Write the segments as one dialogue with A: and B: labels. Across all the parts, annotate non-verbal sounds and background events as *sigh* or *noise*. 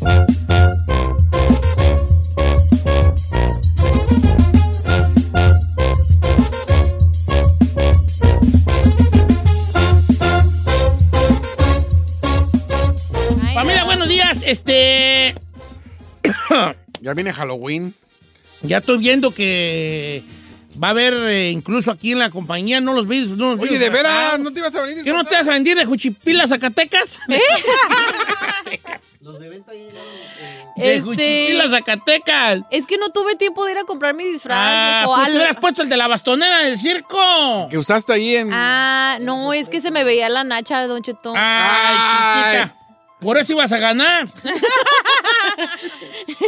A: *laughs* Familia, buenos días. Este.
B: *coughs* Ya viene Halloween.
A: Ya estoy viendo que va a haber eh, incluso aquí en la compañía, no los vídeos. No los
B: Oye,
A: videos
B: de veras,
A: sacados.
B: ¿no te ibas a venir?
A: ¿Qué ah, no te vas a venir de Juchipila, Zacatecas?
C: ¿Eh?
A: *laughs* De
C: Este,
A: Juchipila, Zacatecas.
C: Es que no tuve tiempo de ir a comprar mi disfraz.
A: Ah,
C: de
A: pues
C: koala.
A: te hubieras puesto el de la bastonera del circo.
B: Que usaste ahí en.
C: Ah, no, es que se me veía la nacha de Don Chetón.
A: Ay,
B: Ay.
A: chiquita. Por eso ibas a ganar.
C: *laughs*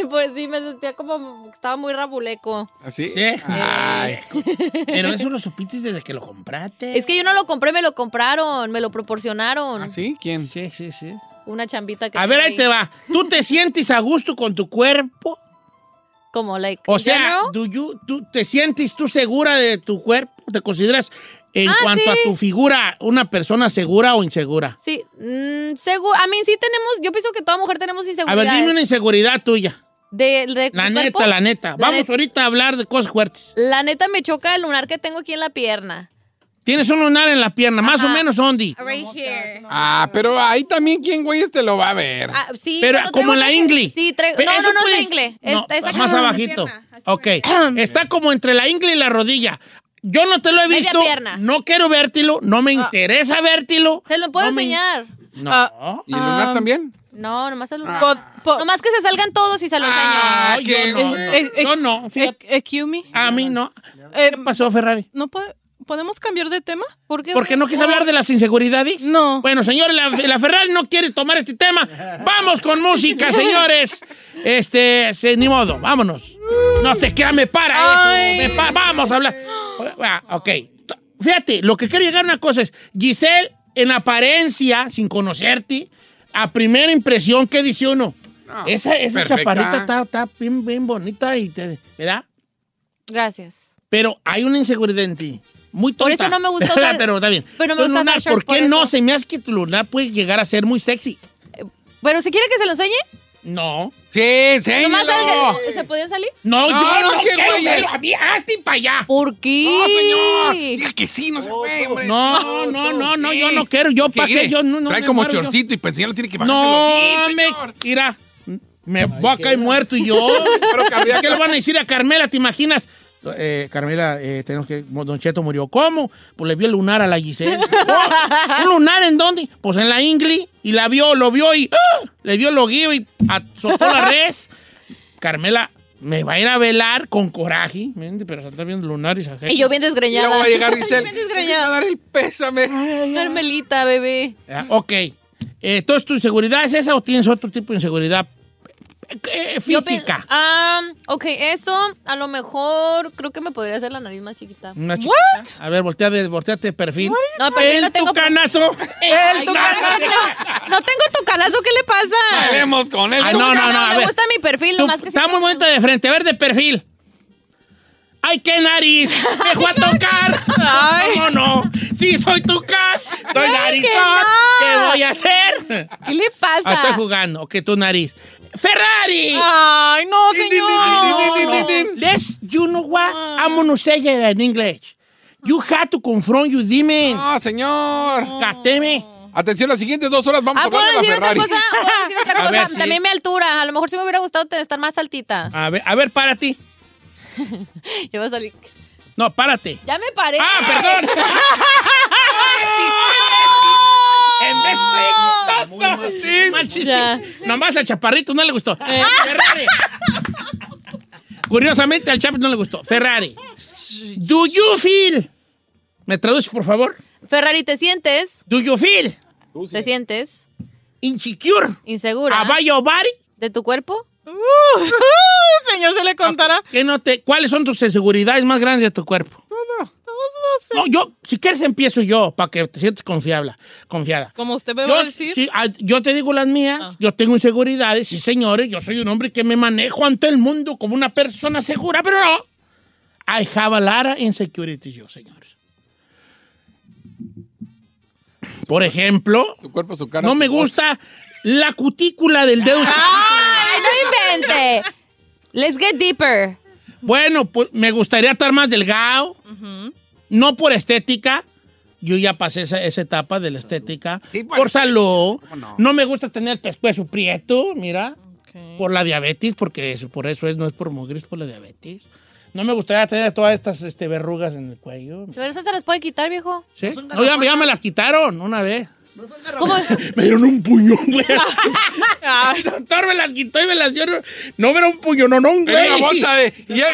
C: Pues sí, me sentía como que estaba muy rabuleco.
B: ¿Así?
A: Sí. Ay. Pero eso lo supiste desde que lo compraste.
C: *laughs* Es que yo no lo compré, me lo compraron, me lo proporcionaron.
B: ¿Así? ¿Ah, ¿Quién?
A: ¿Ah, Sí, sí, sí.
C: Una chambita que.
A: A ver, ahí te va. ¿Tú te sientes a gusto con tu cuerpo?
C: Como, like.
A: O
C: ¿en
A: sea,
C: general?
A: do you- ¿tú te sientes tú segura de tu cuerpo? ¿Te consideras en
C: Ah,
A: cuanto a
C: sí.
A: tu figura una persona segura o insegura?
C: Sí, seguro. A mí sí tenemos. Yo pienso que toda mujer tenemos
A: A
C: inseguridad.
A: ver, dime una inseguridad tuya.
C: de, de
A: La
C: tu
A: neta,
C: cuerpo.
A: la neta.
C: La
A: Vamos
C: neta.
A: ahorita a hablar de cosas fuertes.
C: La neta me choca el lunar que tengo aquí en la pierna.
A: Tienes un lunar en la pierna, más o
C: Ajá.
A: menos, Ondi.
C: Right here.
B: Ah, pero ahí también, ¿quién, güey, este lo va a ver?
C: Ah, sí,
A: Pero
C: lo
A: como
C: traigo
A: en la
C: acá.
A: ingle.
C: Sí, traigo.
A: Pero
C: no,
A: eso
C: no, no
A: puedes-
C: es ingle. Es,
A: No,
C: es acá
A: más
C: en la
A: abajito.
C: pierna. Aquí
A: Ok. *clears throat*
C: en
A: Está como entre la ingle y la rodilla. Yo no te lo he
C: Media
A: visto.
C: pierna. Ah.
A: No quiero vértilo. No me interesa vértilo.
C: la- Se lo puedo
A: No me-
C: enseñar.
A: No.
B: Ah, ¿Y el lunar también?
C: Ah. No, nomás se lo
D: Po- po-
C: Nomás que se salgan todos y se lo enseño.
B: Ah,
A: yo
B: qué
A: no.
B: güey.
D: Eh, *laughs* eh,
A: Yo no, fíjate.
D: eh, excuse me.
A: A mí no.
D: Eh,
A: ¿Qué pasó, Ferrari?
D: ¿no po- podemos cambiar de tema?
C: ¿Por qué?
A: ¿Por qué no quieres hablar de las inseguridades?
D: No.
A: Bueno, señores, la, la Ferrari no quiere tomar este tema. Vamos con
D: *laughs*
A: música, señores. Este, se- ni modo, vámonos. No te creas, me para
D: Ay.
A: eso. me pa- vamos a hablar. Ah, ok. Fíjate, lo que quiero llegar a una cosa es, Giselle, en apariencia, sin conocerte, a primera impresión, ¿qué dice uno?
B: No,
A: esa esa
B: perfecta.
A: chaparrita está, está bien, bien bonita y te, ¿verdad?
C: Gracias.
A: Pero hay una inseguridad en ti. Muy tonta.
C: Por eso no
A: *laughs*
C: me gusta usar-
A: pero está bien.
C: pero no me
A: Tu
C: gusta usar
A: lunar,
C: shorts
A: ¿Por qué
C: por
A: no?
C: eso.
A: Se me hace que tu lunar puede llegar a ser muy sexy.
C: Bueno, si quiere que se lo enseñe,
A: No.
B: Sí, enséñalo.
C: nomás salga. ¿Se podían salir?
A: No,
B: No,
A: yo no,
B: no, qué
A: quiero
B: güey
A: que
B: es.
A: lo abra- hazte para allá.
C: ¿Por qué?
B: No, señor. Diga que sí, no se puede, hombre.
A: No, no, no, no, yo no quiero. Yo para qué. Yo no, no
B: Trae
A: me
B: como
A: muero, yo.
B: chorcito y para enseñarlo tiene que bajar.
A: No, me. Mira, me voy a caer muerto y yo.
B: *laughs* Pero cardíaco.
A: ¿Qué le van a decir a Carmela? ¿Te imaginas? Eh, Carmela, eh, tenemos que. Don Cheto murió. ¿Cómo? Pues le vio el lunar a la Giselle. Oh, ¿Un lunar en dónde? Pues en la Ingli. Y la vio, lo vio y. ¡ah! Le vio el loguillo y azotó la res. Carmela, me va a ir a velar con coraje. Mente, Pero se está viendo el lunar y se
C: Y yo bien
B: Y luego
C: desgreñada.
B: va a llegar
C: *laughs* Yo
B: Giselle.
C: bien
B: Le va a
C: desgreñada.
B: dar el pésame.
C: Carmelita, bebé.
A: *laughs* Ah, Ok. Eh, Entonces, ¿tu inseguridad es esa o tienes otro tipo de inseguridad eh, eh,
C: Yo pe-
A: física?
C: Ah, ok, eso a lo mejor creo que me podría hacer la nariz más chiquita.
A: Una chiquita. A ver, voltea de, volteate de perfil.
C: No, pero yo
A: el
C: no tengo-
A: tucanazo.
C: Ay, no, no, no tengo tu calazo, ¿qué le pasa?
B: Hablemos con él.
A: Ah,
C: Me
A: no,
C: gusta-
A: no, no, a
C: Me
A: ver.
C: gusta mi perfil,
A: Tú-
C: nomás que
A: está
C: sí-
A: muy bonita de frente. A ver, de perfil. ¡Ay, qué nariz! ¡Me
C: *laughs*
A: fue a tocar!
D: Ay.
A: ¿Cómo no? ¡Sí, soy tucán! ¡Soy narizón! ¿Qué voy a hacer?
C: ¿Qué le
A: Ah,
C: pasa?
A: estoy jugando. Ok, tu nariz. ¡Ferrari!
D: Ay, no,
B: Din, din,
D: señor.
B: din, din, din, din, din.
A: Let's, you know what?
C: Ah.
A: I'm gonna say it in English. You had to confront you demons.
B: No, señor.
A: Cateme.
B: Atención, las siguientes dos horas vamos a
C: Ah, ¿puedo
B: hablar de
C: decir
B: la
C: otra
B: Ferrari.
C: cosa? ¿Puedo decir otra
A: A
C: cosa?
A: ver, sí.
C: También mi altura. A lo mejor sí me hubiera gustado te- estar más altita. *laughs*
A: A ver, a ver, párate.
C: Ya va a salir.
A: No, párate.
C: Ya me paré.
A: ¡Ah, perdón! ¡En vez de ser chistoso! ¡Mal chiste!
C: Ya.
A: Nomás al chaparrito no le gustó.
C: Eh.
A: Ferrari. Curiosamente, al chaparrito no le gustó. Ferrari. Do you feel... ¿Me traduce, por favor?
C: Ferrari, ¿te sientes?
A: Do you feel
C: ¿Te sientes
A: insecure
C: insegura
A: about your body?
C: de tu cuerpo?
D: Uh, *laughs* señor, se le contará.
A: ¿Qué no te, ¿Cuáles son tus inseguridades más grandes de tu cuerpo? Todo. Todo. No, yo, si quieres empiezo yo, para que te sientas confiable, confiada.
D: Como usted me va
A: Yo,
D: a decir.
A: sí, ah, yo te digo las mías, yo tengo inseguridades, sí señores, yo soy un hombre que me manejo ante el mundo como una persona segura, pero no. I have a lot of insecurities yo, señores. Por ejemplo,
B: Su cuerpo, su cara.
A: no
B: su
A: me
B: voz.
A: gusta la cutícula del dedo.
C: ¡Ay, no invente! Let's get deeper.
A: Bueno, pues me gustaría estar más delgado, no por estética. Yo ya pasé esa, esa etapa de la estética.
B: Sí, pues,
A: por salud.
B: no?
A: No? me gusta tener el pescuezo prieto, mira.
D: Ok.
A: Por la diabetes, porque eso, por eso es, no es por mogris, por la diabetes. No me gustaría tener todas estas este, verrugas en el cuello.
C: Pero eso se las puede quitar, viejo.
A: ¿Sí?
B: Pues
A: No, ya, me- ya me las quitaron una vez. *laughs*
C: ¿Cómo?
A: Me dieron un puñón, *laughs* güey.
D: Ay,
A: El *laughs* doctor me las quitó y me las dio. No, me era un puñón, no, no, un
B: Era
A: güey.
B: una
A: *laughs*
B: bolsa de. Ya,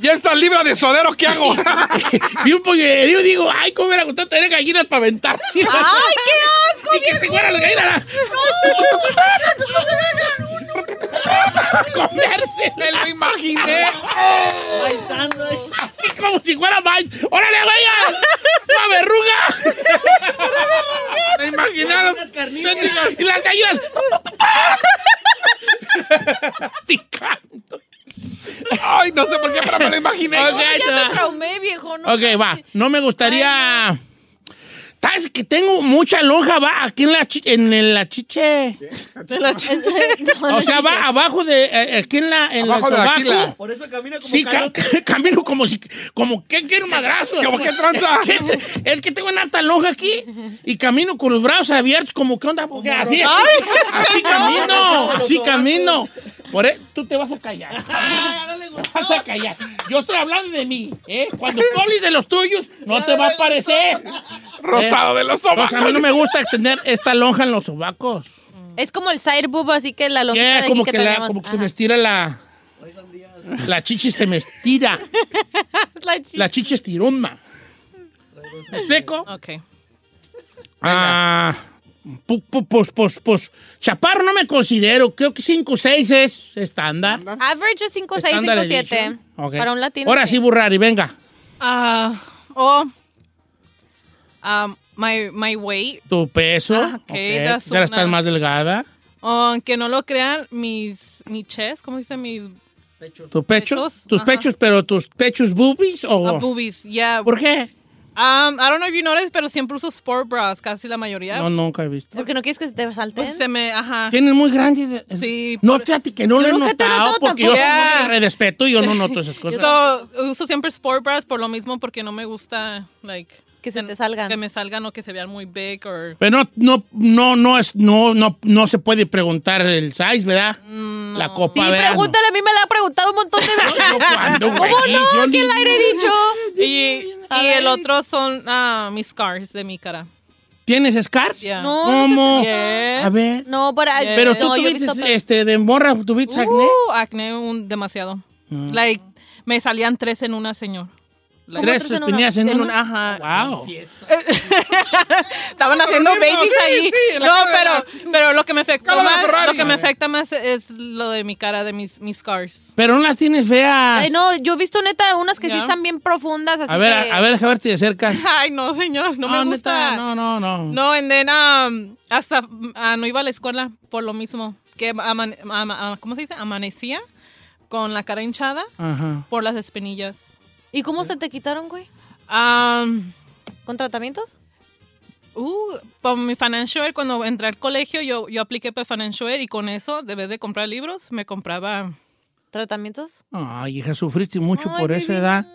B: ya está libra de suadero, ¿qué hago?
A: Vi un pollerío y digo, ay, cómo me hubiera gustado tener gallinas para aventar. Ah. *laughs*
C: ¡Ay, qué asco!
A: ¡Y que se fueran las gallinas!
B: Me
A: ¡Comérselas!
B: lo imaginé.
A: Así como si fuera maíz. ¡Órale, güey! ¡Una verruga!
B: Me imaginé a los. mendigas.
A: ¡Y las gallinas! ¡Picando!
B: Ay, no sé por qué, pero me lo imaginé.
A: Ok, ahí te
C: Ya
A: va.
C: me traumé, viejo. No,
A: Ok, va. No me gustaría. ¿Sabes que tengo mucha lonja va aquí en la, chi- en, en la chiche?
C: No, no,
A: O sea,
C: chiche.
A: va abajo de. eh, aquí en la. En
B: Abajo
A: el
B: de la
A: sobaco.
B: axila.
E: Por eso camina como
A: Sí, ca-
E: Carlota.
A: *laughs* camino como si. Como que quiero un madrazo.
B: ¿Cómo que tranza?
A: Es *laughs* que te- es que tengo una alta lonja aquí y camino con los brazos abiertos, como que onda. Porque así, *laughs* así
B: *laughs*
A: camino, así camino. Por e- tú te vas a callar.
B: Ah,
A: Te vas a callar. Yo estoy hablando de mí. ¿eh? Cuando tú hables de los tuyos, no te va a parecer.
B: Rosado de los
A: O sea, a mí no
B: sobacos.
A: me gusta tener esta lonja en los sobacos.
C: Es como el side boob, así que la lonjita
A: Yeah,
C: de aquí
A: como, que la-
C: tenemos.
A: como que se
C: Ajá.
A: me estira la. La chichi se me estira.
C: La chiche.
A: La chichi estiroma. ¿Me explico?
D: ok.
A: Ah, pu- pu- pues, pues, pues, chaparro no me considero. Creo que 5 6 es estándar.
C: Average es 5, 6,
A: Estándar
C: 5,
A: edition.
C: 7.
A: Ok.
C: Para un latino.
A: Ahora sí, Burrari, venga.
D: Ah, oh. Um, my, my weight.
A: Tu peso.
D: Ah, ok,
A: ok,
D: that's
A: Ahora estás
D: una-
A: más delgada.
D: Aunque no lo crean, mis, mi chest, ¿cómo dice? Mis
A: Tu pecho.
D: Pechos,
A: tus
D: ajá.
A: pechos, pero tus pechos boobies
D: ah,
A: o.
D: boobies. Yeah.
A: ¿Por qué?
D: Um, I don't know if you noticed, pero siempre uso sport bras, casi la mayoría.
A: No, nunca he visto.
C: Porque no quieres que se te salten.
D: Pues se me, ajá.
A: Tienen muy grandes.
D: Sí,
A: No,
D: por-
A: fíjate que no lo he
C: nunca te he
A: notado
C: notado
A: porque yo soy
D: tampoco.
A: un hombre
D: Yeah.
A: de respeto y yo no noto
D: *laughs*
A: esas cosas.
D: So, uso siempre sport bras por lo mismo, porque no me gusta, like,
C: Que se te salgan.
D: que me salgan o que se vean muy big or
A: Pero no, no, no, no es, no, no, no se puede preguntar el size, ¿verdad? La copa
C: Mm, Sí,
A: verano.
C: pregúntale, a mí me la ha preguntado un montón de veces.
A: Yo cuando, güey,
C: ¿Cómo
A: yo
C: no?
A: ni-
C: ¿Qué el aire he dicho?
D: Y, y el otro son ah, mis scars de mi cara.
A: ¿Tienes scars?
D: Yeah.
C: No,
A: ¿Cómo?
D: Yes.
A: A ver.
C: No, para.
D: Eh,
A: Pero tú
C: no, yo he
A: tuviste,
C: visto-
A: este, de morra, tuviste acné. Mm.
D: Uh, acné un, demasiado. Like, me salían tres en una, señor.
C: ¿Cómo
A: Tres
C: tres en una?
A: espinillas en,
D: En
A: una.
D: una, ajá.
A: Wow.
D: *laughs*
C: Ah,
D: Estaban haciendo
B: durmiendo,
D: babies
B: sí,
D: ahí.
B: sí, en la
D: no,
B: cara de
D: pero, pero lo que me afectó
B: Cara de
D: más,
B: Ferrari.
D: lo que me
B: A ver.
D: afecta más es lo de mi cara, de mis, mis scars.
A: Pero no las tienes feas.
C: Ay, no, yo he visto neta unas que sí
D: Ya.
C: están bien profundas. Así
A: Ah. a ver,
C: que-
A: a, a ver, a ver si de cerca.
D: *laughs* Ay, no, señor, no, me gusta.
A: Ah, neta, no, no, no.
D: No, and then, um, hasta ah, no iba a la escuela por lo mismo. Que amane- ama- ah, ¿Cómo se dice? Amanecía con la cara hinchada
A: Ajá.
D: por las espinillas.
C: ¿Y cómo se te quitaron, güey?
D: Um,
C: ¿Con tratamientos?
D: uh, por mi financial, aid, cuando entré al colegio, yo, yo apliqué para financial aid y con eso, de vez de comprar libros, me compraba.
C: ¿Tratamientos?
A: Ay, hija, sufriste mucho
C: Ay,
A: por esa
C: baby.
A: edad.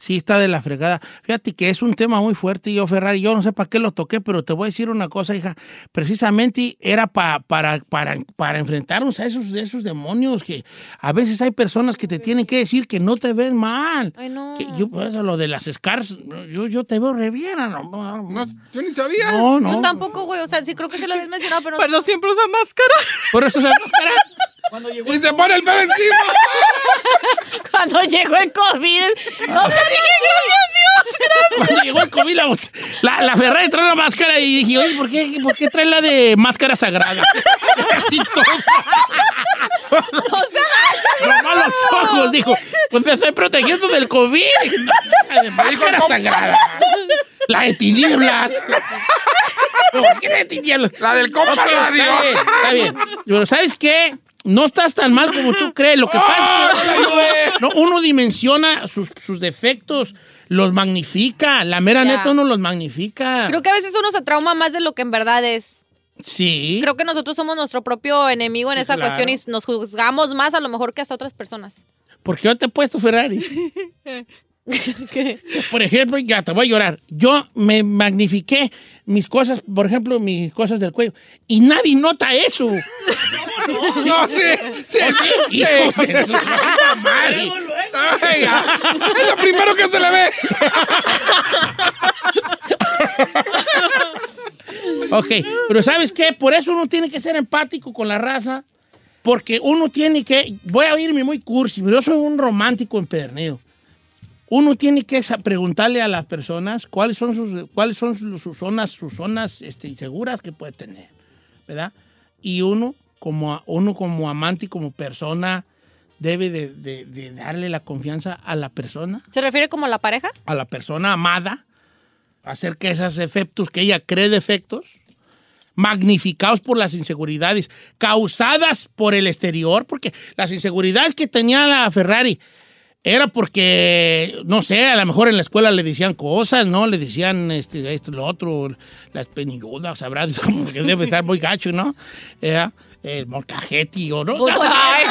A: Sí, está de la fregada. Fíjate que es un tema muy fuerte, yo, Ferrari. Yo no sé para qué lo toqué, pero te voy a decir una cosa, hija. Precisamente era pa- para, para, para enfrentarnos a esos, esos demonios que a veces hay personas que te tienen que decir que no te ven mal.
C: Ay, no.
A: Que yo, pues, lo de las scars, yo, yo te veo re bien. No, no,
B: No, yo ni sabía.
A: no.
C: Yo tampoco, güey. O sea, sí creo que se lo habías mencionado, pero.
D: Pero siempre usa máscara.
A: Por eso se
B: Y se pone el pelo encima.
E: Cuando llegó el COVID, no sé
A: Cuando llegó el COVID, la, la, la Ferrari trae una máscara y dije, oye, ¿por qué, ¿por qué trae la de máscara sagrada? *laughs* Así todo. Nomás los ojos, dijo. Pues me estoy protegiendo del COVID. *laughs* Dije, "No, la de máscara sagrada. La de
B: *laughs*
A: tinieblas. No, ¿Por qué la de tinieblas?
B: La del compa
A: Ok,
B: radio.
A: Está bien, está bien. Pero ¿sabes qué? No estás tan mal como tú crees. Lo que pasa es
B: ¡Ah!
A: que no, uno dimensiona sus, sus defectos, los magnifica. La mera
C: Ya.
A: neta uno los magnifica.
C: Creo que a veces uno se trauma más de lo que en verdad es.
A: Sí.
C: Creo que nosotros somos nuestro propio enemigo en
A: Sí,
C: esa
A: claro.
C: cuestión y nos juzgamos más a lo mejor que hasta otras personas. *laughs*
A: Porque yo te he puesto Ferrari. Por ejemplo, ya te voy a llorar. Yo me magnifiqué mis cosas, por ejemplo, mis cosas del cuello. Y nadie nota eso.
B: *laughs* No, sí.
A: O
B: Sí,
A: sea,
B: sí.
A: hijos de su
B: *laughs*
A: puta madre.
B: Ay, ya. es lo primero que se le ve.
A: Ok, pero ¿sabes qué? Por eso uno tiene que ser empático con la raza, porque uno tiene que, voy a irme muy cursi, pero yo soy un romántico empedernido. Uno tiene que sa- preguntarle a las personas cuáles son sus, cuáles son sus, sus zonas, sus zonas este, inseguras que puede tener, ¿verdad? Y uno como, uno como amante y como persona debe de- de- de darle la confianza a la persona
C: ¿Se refiere como la pareja?
A: a la persona amada, hacer que esos efectos que ella cree defectos, magnificados por las inseguridades causadas por el exterior, porque las inseguridades que tenía la Ferrari era porque, no sé, a lo mejor en la escuela le decían cosas, ¿no? Le decían este, esto, lo otro, las penilludas, sabrá, *laughs* como que debe estar muy gacho, ¿no? Eh, el molcajeti o no. no sé,
D: Ay,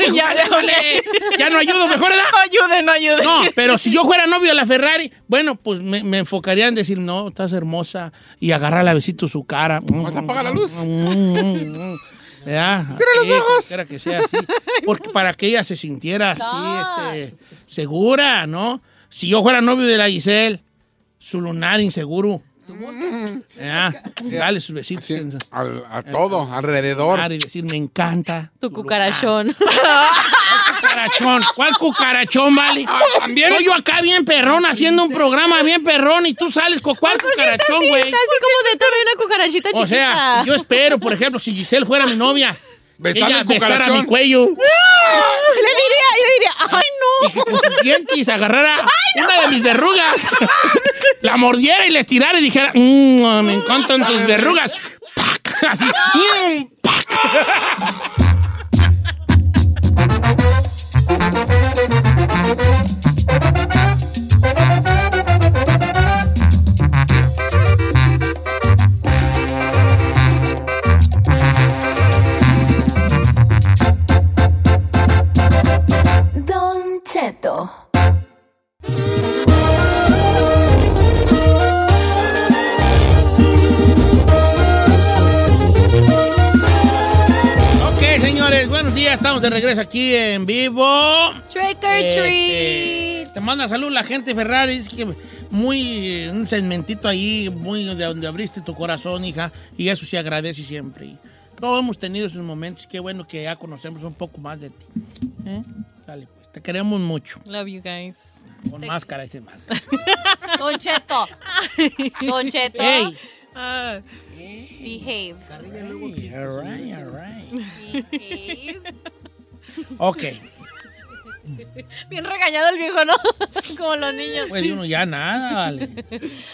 A: *laughs*
D: ok, ya, ya, ok.
A: ya no ayudo, mejor edad.
D: No ayude, no ayude.
A: No, pero si yo fuera novio de la Ferrari, bueno, pues me, me enfocaría en decir, no, estás hermosa, y agarrar a besito su cara. Mm.
B: Pues apaga la luz.
A: Cierra
B: los ojos.
A: que sea así. Porque para que ella se sintiera así, este, segura, ¿no? Si yo fuera novio de la Giselle, su lunar inseguro. ¿verdad? Dale sus besitos.
B: Sí,
A: en su
B: al- a todo, alrededor.
A: lunar y decir, me encanta.
C: Tu
A: lunar".
C: cucarachón.
A: cucarachón. ¿Cuál cucarachón, vale?
C: Ah,
B: también.
A: Soy yo acá bien perrón, haciendo un programa bien perrón y tú sales con cuál cucarachón,
C: Sí,
A: güey.
C: está así como dentro de una cucarachita chiquita.
A: O sea, yo espero, por ejemplo, si Giselle fuera mi novia,
B: Besar
A: ella
B: el
A: besara
B: cucarachón.
A: mi cuello
C: ¡Ah!
A: Ah,
C: Le diría, le diría, ay no.
A: y que con sus dientes
C: *laughs*
A: agarrara una de mis verrugas, la mordiera y le estirara y dijera, "Mm, me encantan tus verrugas. ¡Pac! Así, ¡miau! ¡Pac!
F: Don Cheto.
A: Ok, señores, buenos días, estamos de regreso aquí en vivo.
C: Trick or
A: Este,
C: treat.
A: Te manda salud la gente Ferrari. Dice que muy eh, un segmentito ahí, muy de donde abriste tu corazón, hija. Y eso sí agradece siempre. Todos hemos tenido esos momentos. Qué bueno que ya conocemos un poco más de ti. ¿Eh? Dale, pues. Te queremos mucho.
D: Love you guys.
A: Con máscara y sin máscara.
C: Don
D: *laughs*
C: Cheto. Don Cheto.
A: Ey.
D: Ah,
C: Behave.
A: All right, all right.
C: Behave.
A: Ok.
C: Bien regañado el viejo, ¿no? *laughs* Como los niños.
A: Pues uno ya nada, vale.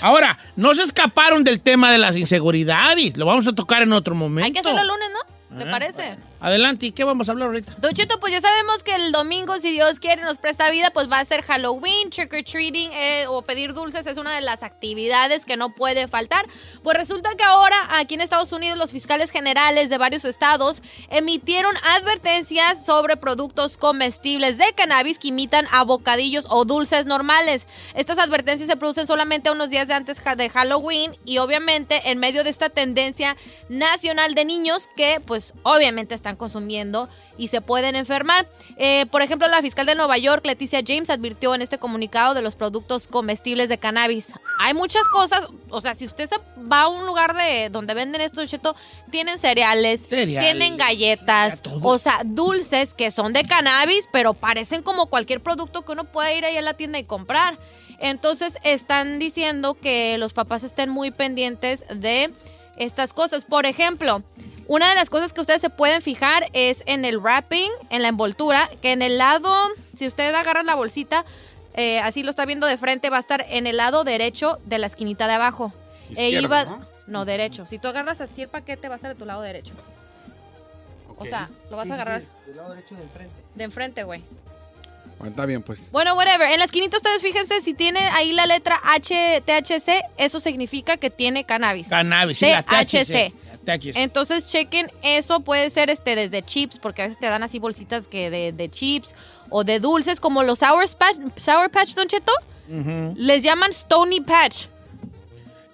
A: Ahora, no se escaparon del tema de las inseguridades. Lo vamos a tocar en otro momento.
C: Hay que hacerlo el lunes, ¿no? ¿Le
A: Ah,
C: parece?
A: Adelante, ¿qué vamos a hablar ahorita?
C: Don Cheto, pues ya sabemos que el domingo, si Dios quiere, nos presta vida, pues va a ser Halloween, trick or treating eh, o pedir dulces es una de las actividades que no puede faltar. Pues resulta que ahora aquí en Estados Unidos los fiscales generales de varios estados emitieron advertencias sobre productos comestibles de cannabis que imitan a bocadillos o dulces normales. Estas advertencias se producen solamente unos días de antes ja- de Halloween y obviamente en medio de esta tendencia nacional de niños que pues obviamente están consumiendo y se pueden enfermar. Eh, por ejemplo, la fiscal de Nueva York, Leticia James, advirtió en este comunicado de los productos comestibles de cannabis. Hay muchas cosas, o sea, si usted se va a un lugar de donde venden estos cheto, tienen cereales,
A: Cereales,
C: tienen galletas,
A: ya todo.
C: o sea, dulces que son de cannabis, pero parecen como cualquier producto que uno puede ir ahí a la tienda y comprar. Entonces están diciendo que los papás estén muy pendientes de estas cosas. Por ejemplo, una de las cosas que ustedes se pueden fijar es en el wrapping, en la envoltura, que en el lado, si usted agarra la bolsita, eh, así lo está viendo de frente, va a estar en el lado derecho de la esquinita de abajo. E
B: Izquierdo,
C: iba-
B: ¿no?
C: no, derecho. Si tú agarras así el paquete, va a estar de tu lado derecho.
B: Ok.
C: O sea, lo vas a agarrar
G: Del lado derecho de enfrente.
C: de enfrente, güey.
B: Bueno, está bien, pues.
C: Bueno, whatever. En la esquinita ustedes fíjense si tiene ahí la letra HTHC, eso significa que tiene cannabis.
A: Cannabis, sí, la THC. La THC.
C: Entonces chequen eso, puede ser este desde chips, porque a veces te dan así bolsitas que de, de chips o de dulces, como los Sour Patch, Sour Patch Don Cheto, les llaman Stony Patch,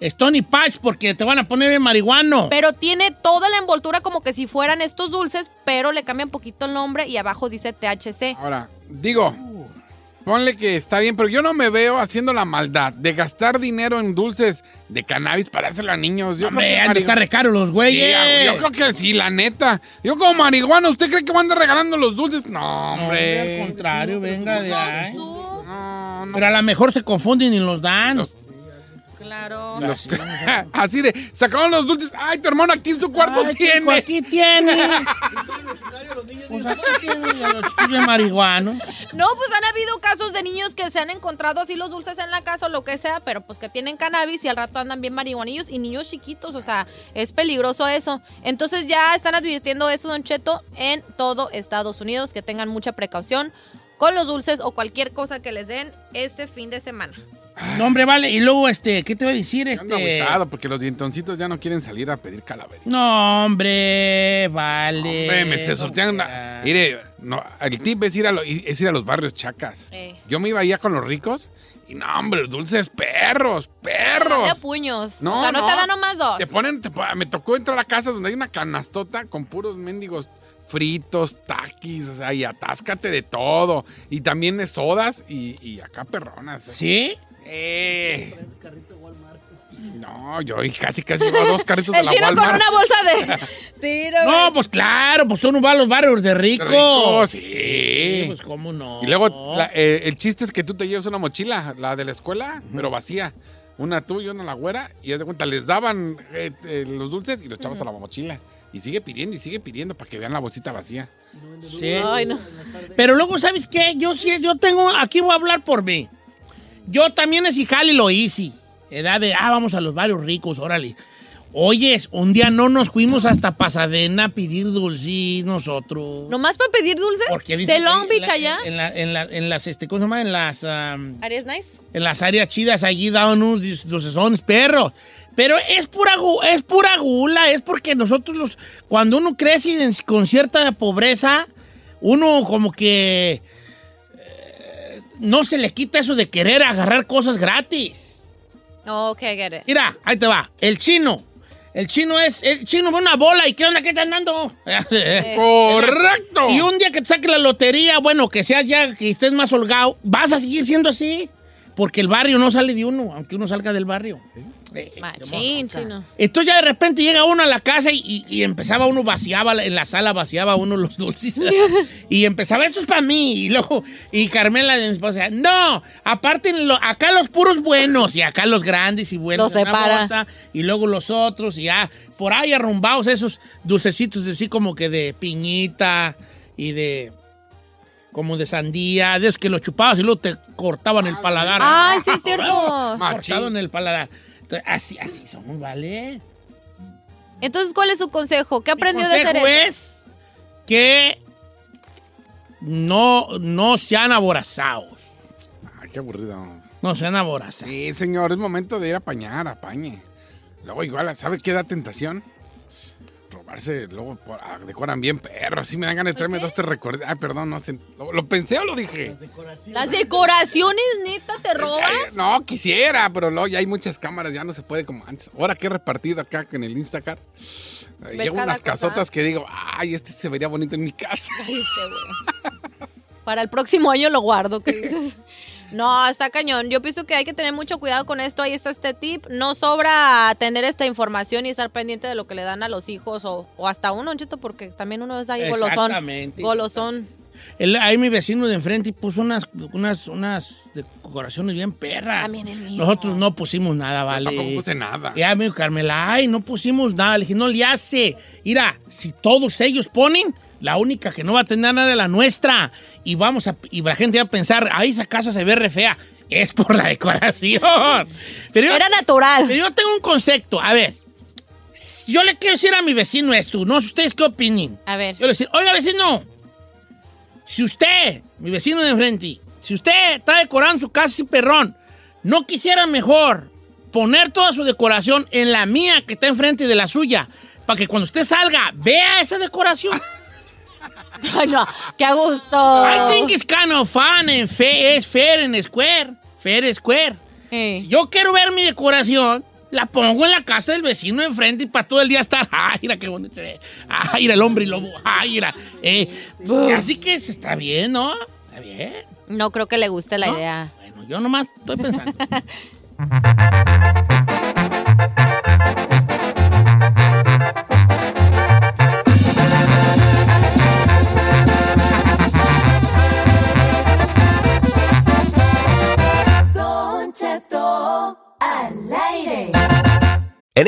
A: Stony Patch, porque te van a poner en marihuano.
C: pero tiene toda la envoltura como que si fueran estos dulces, pero le cambian poquito el nombre y abajo dice THC.
B: Ahora, digo, ponle que está bien, pero yo no me veo haciendo la maldad de gastar dinero en dulces de cannabis para dárselo a niños. Yo
A: Hombre,
B: creo que
A: han de
B: mari-
A: estar re caros los
B: Sí,
A: güeyes.
B: güey, Yo creo que sí, la neta. Yo como marihuana, ¿usted cree que van a andar regalando los dulces? No,
A: No,
B: hombre.
A: al contrario, venga de ahí.
C: Su-
B: No, no.
A: Pero a lo mejor se confunden y los dan.
B: Los- *laughs*
C: Claro.
B: Los- así de, sacaron los dulces. Ay, tu hermano aquí en su cuarto
A: Ay, chico,
B: tiene.
A: Aquí
B: *laughs*
A: tiene. Pues aquí tiene y a los chicos de marihuano.
C: No, pues han habido casos de niños que se han encontrado así los dulces en la casa o lo que sea, pero pues que tienen cannabis y al rato andan bien marihuanillos y niños chiquitos, o sea, es peligroso eso. Entonces ya están advirtiendo eso, Don Cheto, en todo Estados Unidos, que tengan mucha precaución con los dulces o cualquier cosa que les den este fin de semana.
A: No, hombre, vale. Y luego, este, ¿qué te voy a decir?
B: Ando
A: Este.
B: agüitado porque los dientoncitos ya no quieren salir a pedir calaverita.
A: No, hombre, vale.
B: Hombre, me se sortean.
A: Hombre.
B: la- Mire, no, el tip es ir a, lo- es ir a los barrios chacas.
C: Eh.
B: Yo me iba allá con los ricos y no, hombre, los dulces perros,
C: Dale a
B: perros.
C: puños. o sea, no, te dan nomás dos.
B: Te ponen, te pon- me tocó entrar a casas donde hay una canastota con puros mendigos fritos, taquis, o sea, y atáscate de todo. Y también es sodas y, y acá perronas.
A: ¿Sí?
B: Eh. No, yo y casi casi iba a dos carritos de
C: El
B: la
C: chino con
B: Walmart.
C: una bolsa de...
B: *laughs*
C: sí,
A: *laughs*
C: no,
A: No, pues claro, pues uno va a los barrios de ricos.
B: Rico,
A: Sí,
B: sí.
A: pues cómo no.
B: Y luego la- eh, el chiste es que tú te llevas una mochila, la de la escuela, pero vacía. Una tú y una la güera. Y haz de cuenta, les daban eh, eh, los dulces y los echabas a la mochila. Y sigue pidiendo y sigue pidiendo para que vean la bolsita vacía.
A: Sí.
C: Ay, no.
A: Pero luego, ¿sabes qué? Yo sí, yo tengo, aquí voy a hablar por mí. Yo también es hijal y lo hice. Edad de, ah, vamos a los barrios ricos, órale. Oyes, un día no nos fuimos hasta Pasadena a pedir dulces nosotros.
C: ¿Nomás para pedir dulces?
A: Porque dicen
C: ¿De
A: que
C: Long
A: en
C: Beach
A: la-
C: allá?
A: En, la- en la- en las, este, ¿cómo se llama? En las, am,
C: ¿Aries Nice?
A: en las áreas chidas allí daban unos dis- dulcesones perros. Pero es pura, gu- es pura gula, es porque nosotros, los, cuando uno crece en- con cierta pobreza, uno como que eh, no se le quita eso de querer agarrar cosas gratis.
C: Ok, get it.
A: Mira, ahí te va, el chino. El chino es, el chino ve una bola y ¿qué onda? ¿Qué están dando? *laughs*
B: ¡Correcto!
A: Y un día que te saque la lotería, bueno, que sea ya, que estés más holgado, vas a seguir siendo así. Porque el barrio no sale de uno, aunque uno salga del barrio. Eh,
C: Machín, chino.
A: Entonces ya de repente llega uno a la casa y, y- y empezaba uno, vaciaba la- en la sala, vaciaba uno los *laughs* dulces. y empezaba, esto es para mí. Y luego, y Carmela de mi esposa, no, aparte acá los puros buenos y acá los grandes y buenos.
E: Los
A: en una
E: separa.
A: bolsa, y luego los otros y ya, por ahí arrumbados esos dulcecitos así como que de piñita y de... Como de sandía, de esos que los chupabas y luego te cortaban el paladar.
C: Ay, Ah, sí es cierto.
B: Machín.
A: Cortado en el paladar. Entonces, así, así somos, ¿vale?
C: Entonces, ¿cuál es su consejo? ¿Qué
A: Mi
C: aprendió de hacer
A: consejo
C: eso?
A: es que no, no sean aborazados.
B: Ay, qué aburrido.
A: No sean aborazados.
B: Sí, señor, es momento de ir a apañar, apañe. Luego igual, ¿sabe qué da tentación? Robarse, luego por- ah, decoran bien perro. Así me dan ganas de traerme dos, te recuerdos. Ay, perdón, no sé. ¿Lo, lo pensé o lo dije?
C: Las decoraciones, neta, te
B: Ay,
C: roban.
B: no, quisiera, pero luego ya hay muchas cámaras, ya no se puede como antes. Ahora que he repartido acá en el Instacar, eh,
C: Ves
B: llego
C: cada
B: unas
C: cosa.
B: casotas que digo, ay, este se vería bonito en mi casa.
C: Este, güey. Para el próximo año lo guardo, ¿qué dices? No, está cañón. Yo pienso que hay que tener mucho cuidado con esto. Ahí está este tip. No sobra tener esta información y estar pendiente de lo que le dan a los hijos o, o hasta uno, Don Cheto, porque también uno es ahí golosón.
A: Exactamente.
C: Golosón.
A: El- ahí mi vecino de enfrente puso unas, unas, unas decoraciones bien perras.
C: También el mío.
A: Nosotros no pusimos nada,
B: Yo
A: vale.
B: tampoco puse nada.
A: Ya, me dijo Carmela, ay, no pusimos nada. Le dije, no le hace. Mira, si todos ellos ponen, la única que no va a tener nada es la nuestra. Y vamos a, y la gente va a pensar, ay, esa casa se ve re fea. Es por la decoración. Pero yo-
C: Era natural.
A: pero yo tengo un concepto. A ver, yo le quiero decir a mi vecino esto. No sé ustedes qué opinen.
C: A ver.
A: Yo le decir, oiga, vecino, si usted, mi vecino de enfrente, si usted está decorando su casa sin perrón, no quisiera mejor poner toda su decoración en la mía que está enfrente de la suya, para que cuando usted salga vea esa decoración.
C: *laughs* Ay, no, qué a gusto.
A: I think it's kind of fun and fair, es fair and square. Fair and square.
C: Eh.
A: Si yo quiero ver mi decoración, la pongo en la casa del vecino de enfrente y para todo el día estar. *laughs* ¡Ay, mira qué bonito se ve! ¡Ay, mira el hombre lobo! ¡Ay, mira! Eh, así que se está bien, ¿no? Está bien.
C: No creo que le guste la
A: ¿no?
C: idea.
A: Bueno, yo nomás estoy pensando.
F: Don Cheto al aire.
G: En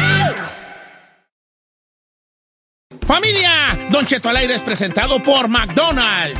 A: ¡Familia! Don Cheto al aire es presentado por McDonald's.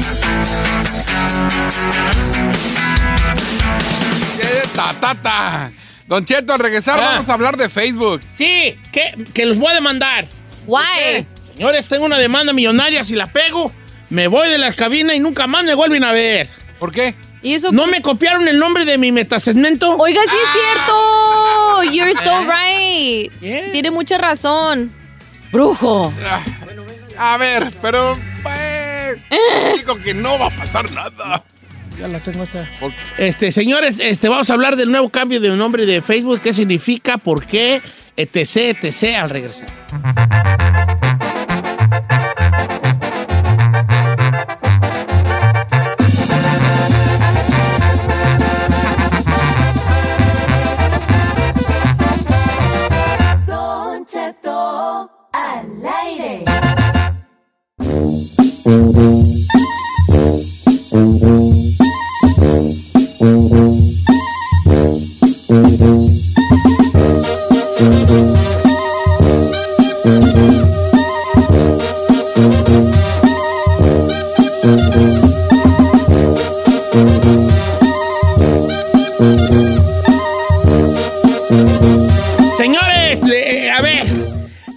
C: este.
B: *laughs* ¡Qué tatata! Don Cheto, al regresar
A: Ah.
B: vamos a hablar de Facebook.
A: Sí, que, que los voy a demandar.
C: Guay.
A: Señores, tengo una demanda millonaria. Si la pego, me voy de la cabina y nunca más me vuelven a ver.
B: ¿Por qué?
C: *laughs* Y eso. pues
A: ¿No me copiaron el nombre de mi metasegmento?
C: Oiga, sí
B: Ah.
A: Ah.
C: es cierto. You're so right.
A: Yeah.
C: Tiene
B: Ah,
C: mucha razón. Brujo.
B: A ver, pero... eh,
C: *laughs*
B: Digo que no va a pasar nada.
A: Ya la tengo esta. Este, señores, este, vamos a hablar del nuevo cambio de nombre de Facebook, qué significa, por qué, etc, etc, al regresar.
F: Don Cheto al aire.
A: Señores, le- eh, a ver,